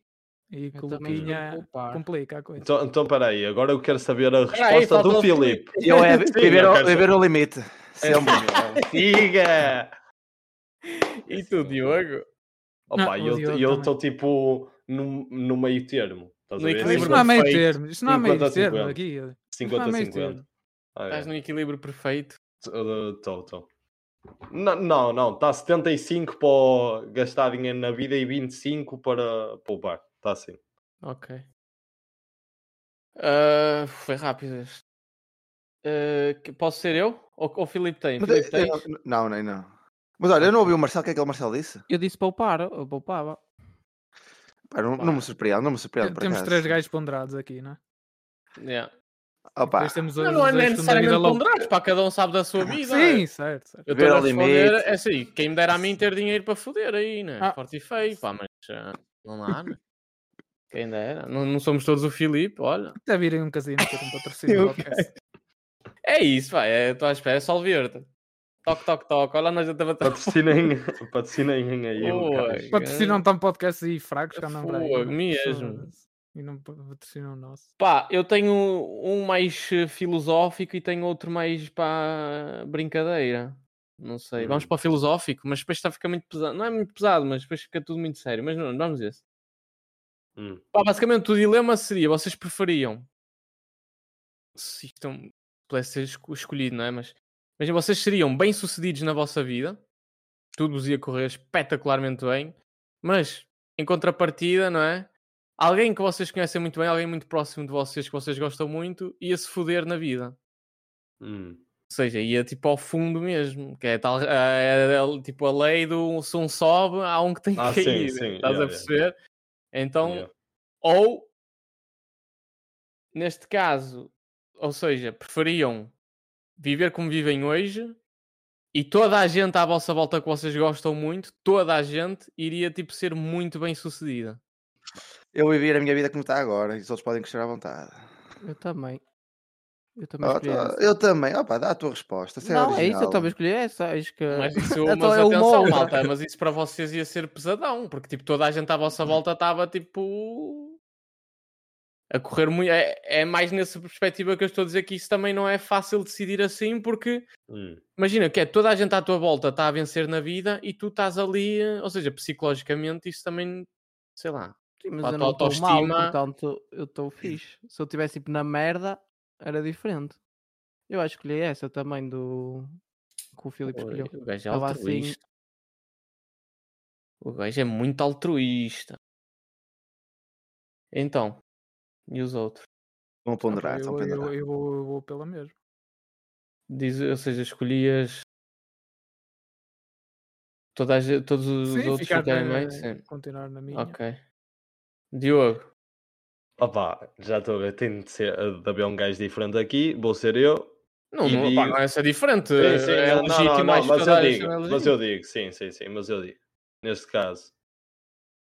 E
Eu também
coloquinha
vou poupar.
complica a coisa.
Então, então peraí, agora eu quero saber a resposta
Peraí, falta
do
o
Filipe.
Eu é
Sim,
viver,
eu
ao,
quero
viver ao limite.
é
Sempre.
um Siga!
E
é
tu,
um
Diogo?
Não,
Opa,
o
eu
Diogo
eu
também.
estou tipo no, no meio termo. Estás
No
a ver? Tipo,
Mas
equilíbrio
isto não há meio
perfeito,
termo. Isto não há meio
50,
termo
50.
aqui. isto não há meio
50-50.
termo.
Ah, é.
Estás num equilíbrio perfeito.
Estou, estou. Não, não, tá está 75 para gastar dinheiro na vida e 25 para poupar. Está assim.
Ok. Ah, foi rápido este. Ah, que- posso ser eu? Ou, ou o Filipe tem?
Mas,
Filipe
eh,
tem?
Não, não, não. Mas olha, eu não ouvi o Marcelo, o que é que o Marcelo disse?
Eu disse poupar, eu poupava.
Pá, não, não me surpreende, não me surpreende. por
Temos
acaso.
três gajos ponderados aqui, não é?
Yeah.
Opa,
Depois temos
Não,
os
não é
dois secundários
necessariamente
da Lobo.
ponderados, para cada um sabe da sua vida.
Sim, certo, certo.
Eu estou a
Ver ao
responder,
limite.
é assim, quem me dera a mim ter dinheiro para foder aí, né?
Ah.
Forte e feio, pá, mas ah, não há, né? Quem dera, não, não somos todos o Filipe, olha.
Até virem um casino ter um patrocínio qualquer.
É isso, pá, é, estou à espera, é só ver-te. Toque, toque, toque, olha nós já estamos a
Patrocinem, patrocinem aí um
Oi.
gajo.
Patrocinam tão podcasts aí fracos que andam por aí.
Fogo,
não é?
mesmo.
Foda-se. E não patrocinam o nosso.
Pá, eu tenho um mais eh, filosófico e tenho outro mais para brincadeira. Não sei. Vamos
Hum.
para o filosófico, mas depois está a ficar muito pesado. Não é muito pesado, mas depois fica tudo muito sério. Mas não, vamos a esse.
Hum.
Pá, basicamente o dilema seria: vocês preferiam. Se isto é um- pudesse ser esco- escolhido, não é? Mas. Mas vocês seriam bem-sucedidos na vossa vida, tudo vos ia correr espetacularmente bem, mas em contrapartida, não é? alguém que vocês conhecem muito bem, alguém muito próximo de vocês que vocês gostam muito, ia se foder na vida. Ou
Hum.
seja, ia tipo ao fundo mesmo, que é tal, é, é, tipo a lei do se um sobe, há um que tem que
Ah, sim,
cair.
sim,
estás
yeah,
a perceber? Então,
Yeah.
ou neste caso, ou seja, preferiam viver como vivem hoje e toda a gente à vossa volta que vocês gostam muito, toda a gente iria tipo ser muito bem sucedida.
eu vivi a minha vida como está agora e os outros podem crescer à vontade.
Eu também. Eu também
Ah,
escolhi essa.
tá, eu também. Opa, dá a tua resposta. Essa é
Não, é isso, eu
original.
também escolhi essa. Acho que...
Mas isso,
Então
mas
é uma
atenção,
outra.
malta, mas isso para vocês ia ser pesadão, porque tipo, toda a gente à vossa volta estava tipo a correr muito. É, é mais nessa perspectiva que eu estou a dizer que isso também não é fácil decidir assim, porque
Hum.
imagina que é toda a gente à tua volta está a vencer na vida e tu estás ali, eh, ou seja, psicologicamente isso também, sei lá.
Sim, mas
Pá, tua
eu não estou mal,
autoestima-
portanto eu estou fixe. Se eu estivesse tipo, na merda, era diferente. Eu acho que escolhi essa também do que o Filipe
oi,
escolheu.
O gajo é
Estava assim.
altruísta. O gajo é muito altruísta. Então, e os outros?
Vão
Ah, pá,
ponderar,
eu,
vão
eu-
ponderar.
eu vou, eu vou pela mesma.
Diz, ou seja, escolhias toda a ge- todos os
Sim,
outros
ficar
ficarem
na,
bem? Sim.
continuar na minha.
Ok. Diogo,
Opa, já estou a ver, tem de, ser, de haver um gajo diferente aqui, vou ser eu.
não,
E
não, pá,
digo-
não é ser diferente.
Sim, sim,
é legítimo,
não, não, não, não,
acho que
mas
toda
eu
a gente
digo,
é
mas
legítimo.
eu digo, sim, sim, sim, mas eu digo. Neste caso,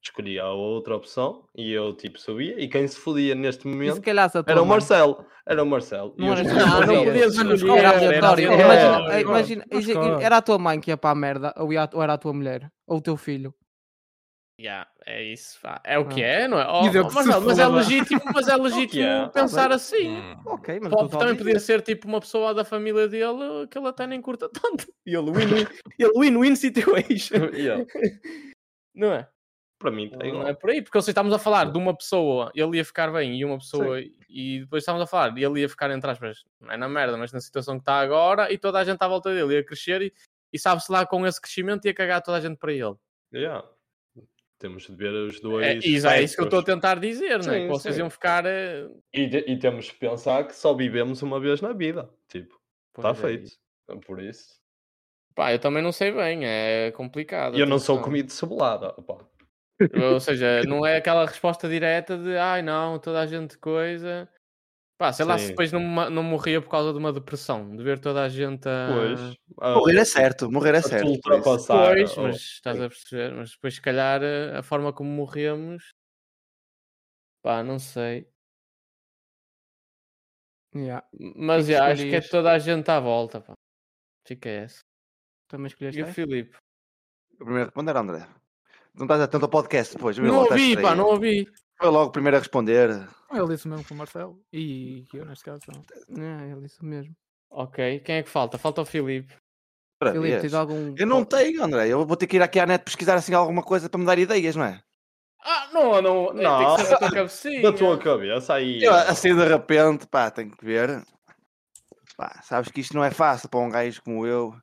escolhi a outra opção e eu tipo subia e quem se fodia neste
E se
momento
calhar
é
se a tua
era o
mãe-
Marcelo. Era o Marcelo. E
Não
eu
era-
escolhi o
não, não
Marcelo.
podia
ser
Mas é
escolher.
como
Era
Era aleatório.
aleatório. Imagina,
Era
imagina-
aleatório.
imagina- era a tua mãe que ia para a merda, ou, ia- ou era a tua mulher, ou o teu filho.
Yeah, é isso, pá. é o que
Ah.
é, não é? Oh,
deu
oh,
que se Hum.
Marcelo, mas, é
foda.
legítimo, mas é legítimo
é?
pensar assim.
Ok, mas
Pode,
tu só
também
dizes.
podia ser tipo uma pessoa da família dele que ele até nem curta tanto. E ele win-win- ele win-win situation,
Yeah,
não é?
Para mim um,
Não,
está igual.
Não é por aí, porque ou seja, estamos a falar de uma pessoa, ele ia ficar bem, e uma pessoa, e depois estamos a falar, ele ia ficar, entre aspas, não é na merda, mas na situação que está agora, e toda a gente à volta dele ia crescer, e, e sabe-se lá com esse crescimento ia cagar toda a gente para ele.
Yeah. Temos de ver os dois.
É, isso, é isso que eu estou a
aspectos.
tentar dizer, não é?
Sim,
Que vocês
sim.
iam ficar. eh,
E, te- e temos de pensar que só vivemos uma vez na vida. Tipo,
pois
está
é
feito.
isso.
Por isso.
Pá, eu também não sei bem, é complicado.
E eu não sou
atenção.
comido de cebolada. opá.
Ou seja, não é aquela resposta direta de ai não, toda a gente coisa. Pá, sei lá se
Sim.
depois não, ma- não morria por causa de uma depressão, de ver toda a gente a.
Pois.
Ah.
a-
Morrer é certo, morrer é
a te
certo. por isso.
ultrapassar. ah,
Pois,
ou-
mas estás a perceber? Mas depois, se calhar, eh, a a forma como morremos. Pá, não sei.
Yeah,
Mas
que
já, acho que é
escolhias?
toda a gente à volta, pá. Fica essa. E
também escolheste
o
essa?
Filipe?
O primeiro a responder, André. Não estás atento ao podcast depois. meu,
Não
estás
ouvi, pá,
distraído.
não ouvi.
Foi logo o primeiro a responder.
Ele disse o mesmo que o Marcelo. E eu, neste caso, não.
É, ele isso mesmo.
Ok, quem é que falta? Falta o Filipe.
Outra
Filipe,
vez.
tens algum.
Ah, Eu não
qual-
tenho, André. Eu vou ter que ir aqui à net pesquisar assim alguma coisa para me dar ideias, não é?
Ah, não, não, não.
Não.
Tem que ser da tua cabecinha.
Da
é.
tua cabeça aí.
Eu, assim de repente, pá, tenho que ver. Pá, sabes que isto não é fácil para um gajo como eu.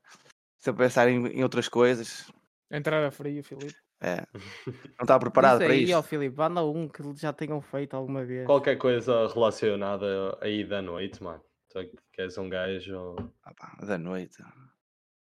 Se eu pensar em, em outras coisas,
Entrar a frio, Filipe.
não estava preparado
Diz
para
aí,
isto.
ó Filipe, manda um que já tenham feito alguma vez.
Qualquer coisa relacionada aí da noite, mano. Tu é que és um gajo.
Ah, pá, da noite.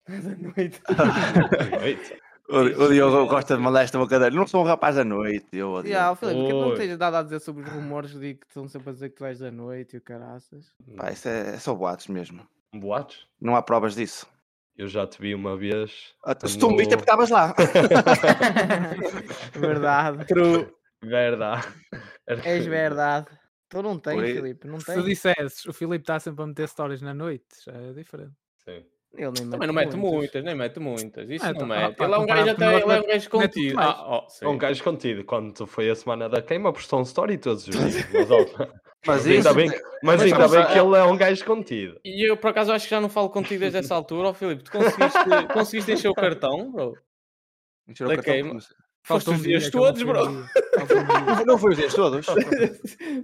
da noite.
Noite.
O, o Diogo gosta de molesta uma cadeira. Não sou um rapaz da noite, eu odeio.
Já, o Filipe, porque não
Oi.
tens nada a dizer sobre os rumores de que estão sempre a dizer que tu vais da noite e o caraças?
Pá, isso é, é só boatos mesmo.
Boates?
Não há provas disso.
Hum, Eu já te vi uma vez.
Ah, tu- Se tu me viste é porque estavas lá.
É Verdade.
True. Verdade.
És verdade. Tu não tens,
Por aí-
Filipe, não
Se tu
tens.
dissesses, o Filipe está sempre a meter stories na noite, já é diferente.
Sim.
Ele nem
Também não mete muitas, nem mete muitas. Isso
Ah,
não
então, ah,
mete.
pá,
Ele é um
comparado
gajo
com
até ele
nós,
é um
mete-
gajo
mete
contido.
mais.
Ah, oh, sim.
Um gajo contido. Quando foi a semana da queima, postou um story todos os dias. Mas, ó,
Mas
ainda
isso.
bem, que- mas ainda
vamos
bem
lá.
que ele é um gajo contido.
E eu, por acaso, acho que já não falo contigo desde essa altura. Ó, Filipe, tu conseguiste, conseguiste encher o cartão, bro?
Tirou o cartão
Ok,
porque não-
Foste
Falta um
os dias
dia, aquele
todos,
foi um
bro.
dia. Falta um dia.
Não foi- Não foi os dias todos.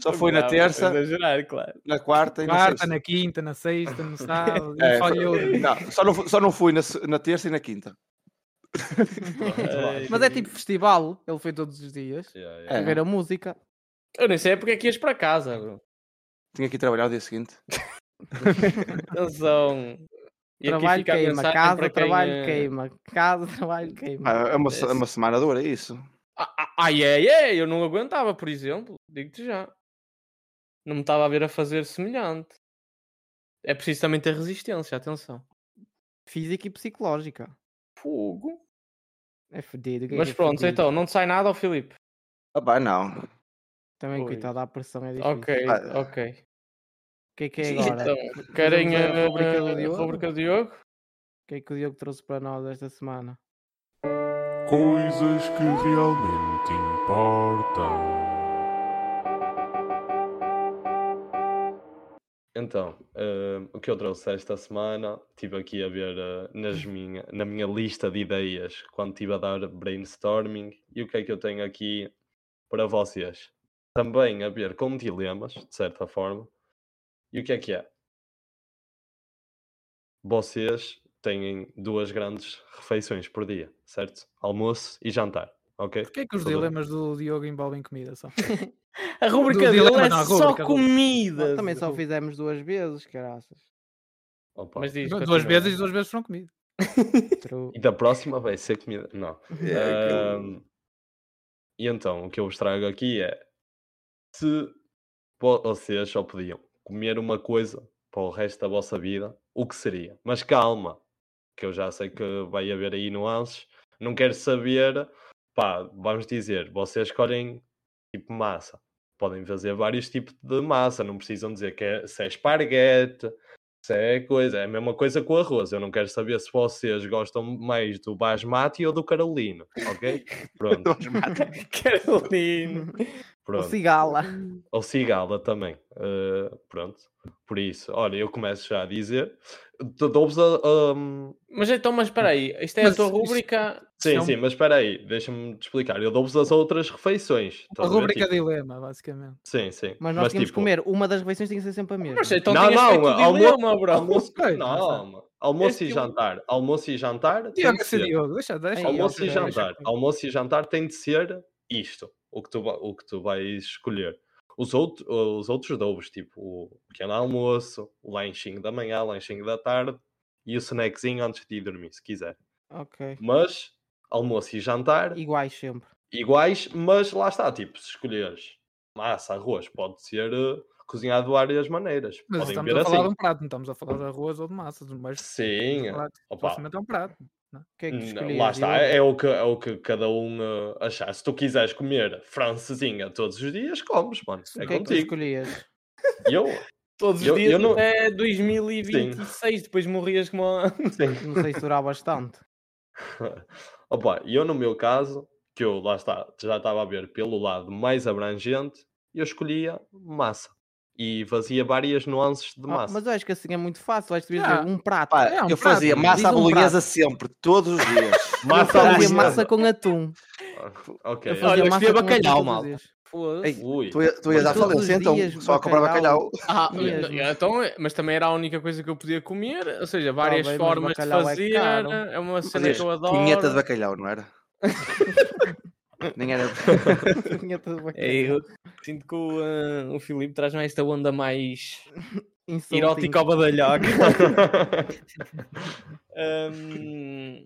Só foi na
Não,
terça,
estou a Exagerar, claro.
na quarta e na
Quarta,
sexta.
na quinta, na sexta, no sábado.
É,
e falhou.
Não, só, não, fu- só não fui na, se- na terça e na quinta.
Ai,
Mas é tipo festival, ele foi todos os dias.
Yeah, yeah.
A
É.
ver a música.
Eu nem sei porque é que ias para casa, bro.
Tinha que ir trabalhar o dia seguinte.
Atenção. E aqui
trabalho
fica a
queima,
mensagem para
casa,
quem, eh,
trabalho queima, casa, trabalho queima.
Ah, É uma, se- é uma semana dura, é isso.
Ah, ah, Ai, ai, ai, eu não aguentava, por exemplo. Digo-te já. Não me estava a ver a fazer semelhante. É preciso também ter resistência, atenção.
Física e psicológica.
Fogo.
É fodido. o gajo
Mas
é
pronto,
fodido.
então, não te sai nada ao Filipe.
Ah, pá, não.
Também,
Oi.
coitado, a pressão é difícil.
Ok,
Ah.
ok.
O que é que é agora?
Então,
Fazemos
querem
a
a
rubrica do Diogo?
rubrica do Diogo?
O que é que o Diogo trouxe para nós esta semana?
Coisas que realmente importam.
Então, eh, o que eu trouxe esta semana, estive aqui a ver eh, nas minha, na minha lista de ideias quando estive a dar brainstorming e o que é que eu tenho aqui para vocês. Também a ver com dilemas, de certa forma. E o que é que é? Vocês têm duas grandes refeições por dia, certo? Almoço e jantar, ok?
Porquê é que os
Tudo bem.
dilemas do Diogo envolvem comida só?
A rubrica
dilema,
dele é
não,
só
a rubrica, a rubrica.
comida.
Também só fizemos duas vezes, caraças.
Opa.
Mas diz,
Duas
continua.
vezes e duas vezes foram comida.
True.
E da próxima vai ser comida. Não.
É,
Ahm, E então, o que eu vos trago aqui é se vo- vocês só podiam comer uma coisa para o resto da vossa vida, o que seria? Mas calma, que eu já sei que vai haver aí nuances. Não quero saber, pá, vamos dizer, vocês escolhem tipo massa. Podem fazer vários tipos de massa, não precisam dizer que é, se é esparguete, isso é coisa, é a mesma coisa com o arroz. Eu não quero saber se vocês gostam mais do basmati ou do carolino, ok?
Ah, Então,
Pronto,
Carolino.
O
pronto.
Cigala.
Ou cigala também, eh, pronto. Por isso, olha, eu começo já a dizer, d- dou-vos a... ahm,
Mas então, mas espera aí, isto é
Mas
a tua
isto-
rubrica.
Sim,
São-
sim, mas espera aí, deixa-me te explicar. Eu dou-vos as outras refeições.
A
estás ver?
rubrica
Tipo,
dilema, basicamente.
Sim, sim.
Mas nós tínhamos
tipo,
que comer. Uma das refeições tem que ser sempre a mesma.
Mas então
Não,
tinhas
não,
feito o
almo-
dilema, bro.
Almoço,
Pois,
não,
mas, ah,
almo- almoço
este é
e
o-
jantar. Almoço e jantar. tem
Diogo,
que
esse
ser.
Diogo, deixa, deixa.
Ei,
Almoço e
ok, deixa
jantar. Almoço e jantar tem de ser isto, o que tu, va- o que tu vais escolher. Os, outro, os outros dou-vos, tipo o pequeno almoço, o lanchinho da manhã, o lanchinho da tarde e o snackzinho antes de ir dormir, se quiser.
Ok.
Mas almoço e jantar
Iguais sempre.
iguais, mas lá está, tipo, se escolheres massa, arroz, pode ser eh, cozinhado de várias maneiras.
Mas
Podem
estamos
ver
a falar de
assim.
um prato, não estamos a falar de arroz ou de massa. Mas
Sim, opa.
basicamente é um prato.
O que é que
Hum,
tu
Não,
escolhias?
Lá está,
Diogo?
é o, que, é o que cada um eh, achar. Se tu quiseres comer francesinha todos os dias, comes, mano. É
O que é que tu
contigo.
escolhias?
E eu,
Todos os
Eu-
dias
eu não-
até 2026, depois morrias como. a-
Não sei se durar bastante.
opa, eu, no meu caso, que eu lá está, já estava a ver pelo lado mais abrangente, eu escolhia massa. E fazia várias nuances de
Ah,
massa.
mas eu acho que assim é muito fácil. Acho que devias
Ah,
dizer um prato.
Pá,
É um
eu fazia
prato,
massa à
diz um
bolonhesa sempre, todos os dias.
Massa à
fazia
bolonhesa.
massa com atum.
Ok.
Eu fazia
eu
massa
escolhi
com
bacalhau,
atum todos os
malta.
dias.
Foda-se.
Ei,
Ui.
Tu, ia- tu ias à
Todos os
falência então,
dias,
só a comprar
bacalhau.
bacalhau.
Ah,
Não,
n-
mesmo.
então, é- mas também era a única coisa que eu podia comer, ou seja, várias
bem, mas
formas de
bacalhau é
fazer.
caro.
É, uma cena
Fazias
que eu adoro.
punheta de bacalhau, não era? Nem era.
É,
Tinha tudo bacalhau.
É, eu sinto que o, ah, o Filipe traz-me esta onda mais
Insulting.
Erótico ao badalhoca. Hum,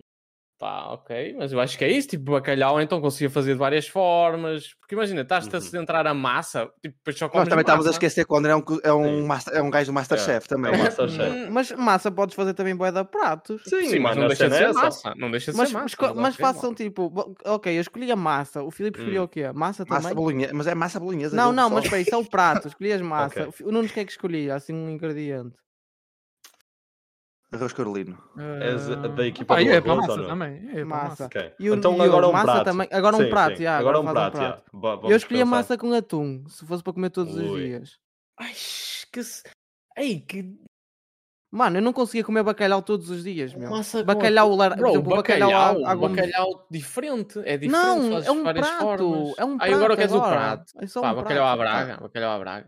pá, ok, mas eu acho que é isso. Tipo, bacalhau então conseguia fazer de várias formas. Porque imagina, estás-te a
Uhum.
centrar a massa, tipo, depois só comes
Nós também estávamos a
massa.
esquecer quando é um, co- é um,
Sim.
master- é um gajo do Masterchef também.
É o Masterchef.
Hum, Mas massa podes fazer também boeda pratos.
Sim,
Sim,
mas
mano,
não
a
deixa de
cena
ser
é essa.
massa. Não deixa de
Mas,
ser massa.
esco-
ok, mano.
mas façam tipo, bo- ok, eu escolhi a massa. O Filipe escolheu
Hum.
o quê? Massa também?
Massa bolinhesa, mas é massa bolinhesa.
Não,
viu,
não,
pessoal?
mas peraí, isso é o prato, escolhias
um
massa.
Ok.
O Fi- O Nunes que é que escolhia? Assim, um ingrediente.
Arroz carolino.
És
Ah,
da equipa
pá,
do
é para
arroz,
a
ou
massa
não?
também. É para a
Massa.
massa.
Ok.
E o- e
então
o
agora um
massa
prato.
também- agora um
Sim,
prato,
sim.
já,
Agora
agora
um
faz um
prato, já.
prato.
Va- vamos
eu escolhi a
pensar.
massa com atum, se fosse para comer todos os
Ui.
dias.
Ai, que. se- Ei, que.
Mano, eu não conseguia comer bacalhau todos os dias, meu.
Massa com
Bacalhau, lar... por
Bro,
exemplo,
bacalhau,
à-
bacalhau,
à gomes.
diferente. É diferente.
Não,
fazes
é um
várias
prato.
formas.
É um prato.
Ah, e agora queres o
agora.
prato.
É só
Pá,
um
bacalhau à
prato.
Braga. Bacalhau à Braga.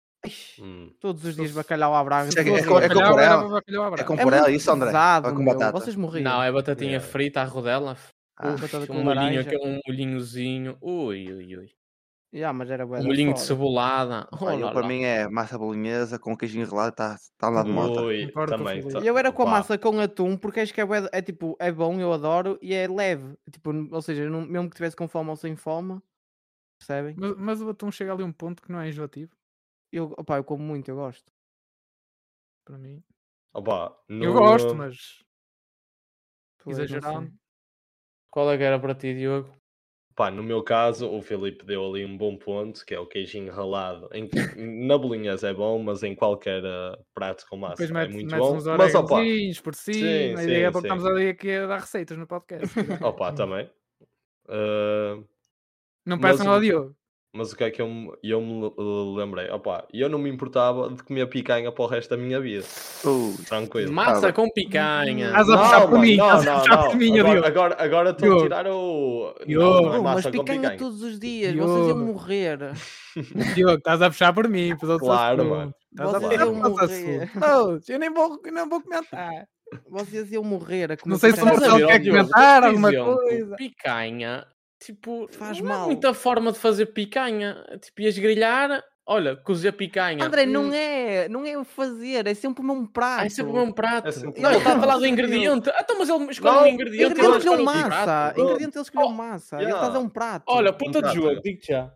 Hum.
Todos os dias bacalhau à Braga.
Isso é-
todos
é
os
com-
dias.
é com
Bacalhau era
Borel.
para bacalhau à
É
Braga.
com
É
Borel,
muito
isso, André?
pesado,
Ou com
meu,
batata?
Vocês morriam.
Não, é batatinha
Yeah.
frita à rodela.
Ah,
Batata
Uf,
com
um molhinho,
laranja.
aqui, um molhinhozinho. Ui, ui, ui.
Yeah, Ah, mas era bué
Um
da
molhinho de
foda.
cebolada. Oh,
Pá, eu,
lá,
para
lá.
mim é massa bolinhesa com queijinho relado, está tá lá de moto.
Ui,
Concordo com o
também.
Filipe.
tá-
E eu era com a
Opa.
massa com atum, porque acho que é, bué- é tipo, é bom, eu adoro, e é leve. Tipo, n- ou seja, não- mesmo que tivesse com fome ou sem fome, percebem?
Mas, mas o atum chega ali a um ponto que não é enjoativo
Eu, opá, eu como muito, eu gosto.
para mim.
Opa,
Eu
no-
gosto, mas
Pois, não sei.
Exagerado.
Qual é que era para ti, Diogo?
Pá, no meu caso, o Filipe deu ali um bom ponto, que é o queijinho ralado. Em que- na bolinhas é bom, mas em qualquer ah, prato com massa
depois
é
mete,
muito
metes
bom.
uns
Mas opa,
orégãozinhos por cima.
Sim,
a ideia é
sim,
porque
sim.
estamos ali aqui a dar receitas no podcast.
opa, também. Ah,
não
Mas
peçam
o-
ao Diogo.
mas o que é que eu me, eu me le- lembrei? Opa, eu não me importava de comer picanha para o resto da minha vida.
Ui,
Tranquilo.
Massa
Ah,
com picanha.
Estás a puxar por
mano,
mim,
não,
estás a
não,
puxar
não.
por mim, ó
Agora-
Diogo.
Agora, agora estou a
Diogo.
tirar o.
Diogo.
Não, não é
Bro, mas
massa com
picanha
picanha.
todos os dias, vocês iam
Diogo.
morrer.
Diogo, estás a puxar por mim. Por outros
Claro,
assuntos.
mano.
Estás a
Vocês
puxar
iam
por outros
morrer.
assuntos. Todos. Eu nem vou, não vou
Ah.
comentar.
Vocês iam morrer a comer
Não sei se o é
picanha.
Estás a
Marcelo
ver,
quer
ó, Diogo,
comentar
por
alguma
exemplo,
coisa.
Picanha, tipo,
Faz
não
mal.
há muita forma de fazer picanha. Tipo, ias grelhar, olha, cozer picanha.
André, não
Hum,
é, não é o fazer, é sempre o mesmo prato.
Ah, é sempre o mesmo prato.
É sempre-
Não, ele está a
Não,
falar do
meu
ingrediente. Ah, então, mas ele escolhe
Não,
um
Ele
ingrediente.
Ingrediente,
escolheu
ele escolhe um
massa,
prato.
ingrediente ele escolheu
Oh,
massa, ele
yeah.
está a um prato.
Olha, puta de
prato,
jogo,
olha.
digo-te já.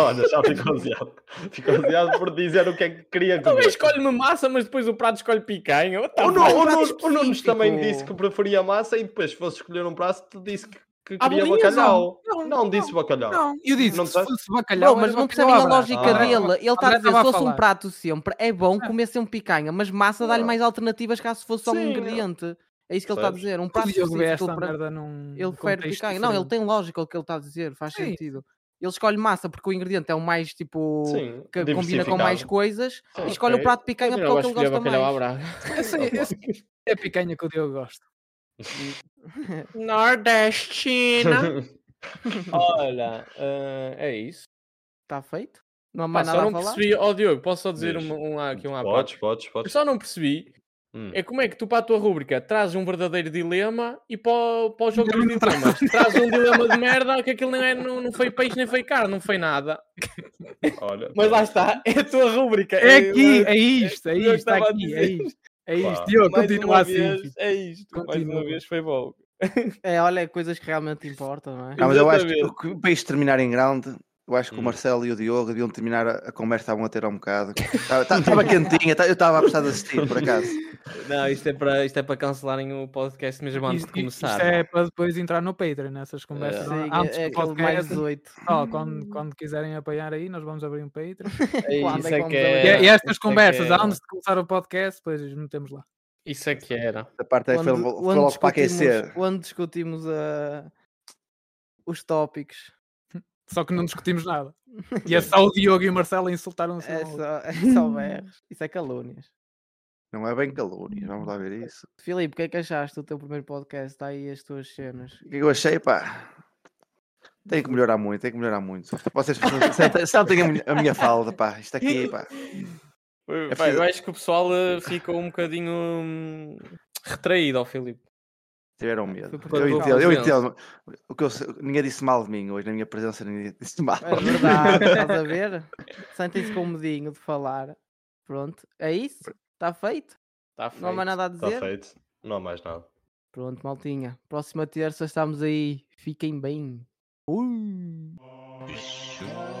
Olha, já ficou ansiado. Ficou ansiado por dizer o que é que queria comer.
Também escolhe-me Então, massa, mas depois o prato escolhe picanha. What the
O, Nu-
fuck?
o
É um prato
Nunes, o Nunes
específico.
também disse que preferia massa e depois, se fosse escolher um prato, tu disse que, que
Ah,
queria
bolinhas,
bacalhau.
Não,
Não, disse bacalhau.
Não, eu disse,
Não
se
sabe?
fosse bacalhau,
Bro,
era
mas
bacalhau
não percebem a
à brás.
lógica
Ah.
dele. Ele está
André
a dizer, se
estava a
fosse um
falar.
prato sempre, é bom
Ah.
comer sempre picanha, mas massa dá-lhe
Ah.
mais alternativas caso se fosse só um
Sim,
ingrediente. É isso que ele está a
Percebes?
dizer, um
O
prato
Diogo vê
específico
esta
ele pra-
merda num
ele prefere
contexto
picanha. Não, ele
diferente.
tem lógica o que ele está a dizer, faz
Sim.
sentido. Ele escolhe massa porque o ingrediente é o mais tipo
Sim,
que combina com mais
diversificado.
coisas
Sim,
e escolhe o
ok.
prato de picanha
Mas
porque
eu
é o que
acho
ele
que é
gosta
bacalhau à
mais.
Braga.
Essa- essa é a picanha que o Diogo gosta.
Nordestina.
Olha, ah, é isso.
Está Tá feito? Não há
Pá,
mais
só
nada a
não
falar?
percebi. Ó, Diogo, posso só dizer
Diz.
um, um lá aqui, um à parte?
Podes, podes,
Eu
podes.
só não percebi
Hum.
é como é que tu para a tua rúbrica trazes um verdadeiro dilema e para, o- para o jogo dos
Dilema não
dilemas trazes um dilema de merda que aquilo não, é, não, não foi peixe nem foi carne, não foi nada.
Olha, tá
Mas lá
pera.
está, é a tua rúbrica.
É aqui, é isto, é
eu
isto, está
estava a
aqui, é
dizer.
isto. É isto,
Pá,
Diogo,
mais
continua
uma
assim.
Vez,
filho.
é isto, mais uma
Continua.
vez foi bom.
É, olha, coisas que realmente importam, não é?
Não, mas eu acho
Exatamente.
que para isto terminar em grande, eu acho que o
Hum.
Marcelo e o Diogo deviam terminar a, a conversa, estavam a ter há um bocado. Estava quentinha, tá- eu estava a gostar de assistir, por acaso.
Não, isto é, para, isto é para cancelarem o podcast mesmo antes de
Isto, isto
começar.
é para depois entrar no Patreon, nessas conversas.
Sim,
antes
é, é
do
aquele mais
podcast,
Hum. 18.
pessoal, quando, quando quiserem apoiar aí, nós vamos abrir um Patreon.
Quando é
isso
que
é
vamos
que
E-
abrir?
era.
e estas
isso é
conversas,
que era.
antes de começar o podcast, depois metemos lá.
Isso é que era.
A parte é
Onde,
foi
onde
foi logo para
discutimos-
aquecer.
onde discutimos ah, os tópicos.
Só que não discutimos nada. E é só o Diogo e o Marcelo insultaram-se. um ao
É
outro.
só, é só berros. Isso é calúnias.
Não é bem calúnias, vamos lá ver isso.
Filipe, o que é que achaste do teu primeiro podcast? Está aí as tuas cenas.
O que eu achei, pá. Tem que melhorar muito, tem que melhorar muito. Vocês sentem- sentem a minha- a minha falda, pá. Isto aqui, pá.
Foi-
É
pá, eu
preciso-
acho que o pessoal eh, ficou um bocadinho hum, retraído ao Filipe.
Tiveram medo.
Foi por
tua
Eu entendo, eu
ausência.
entendo. O que eu sei- ninguém disse mal de mim hoje, na minha presença, ninguém disse mal.
É verdade, estás a ver? Sentem-se com medinho de um falar. Pronto, é isso. Está feito.
Está
Não há mais nada a
Tá
dizer.
Está feito. Não há mais nada.
Pronto, maltinha. Próxima terça estamos aí. Fiquem bem. Ui.
Show.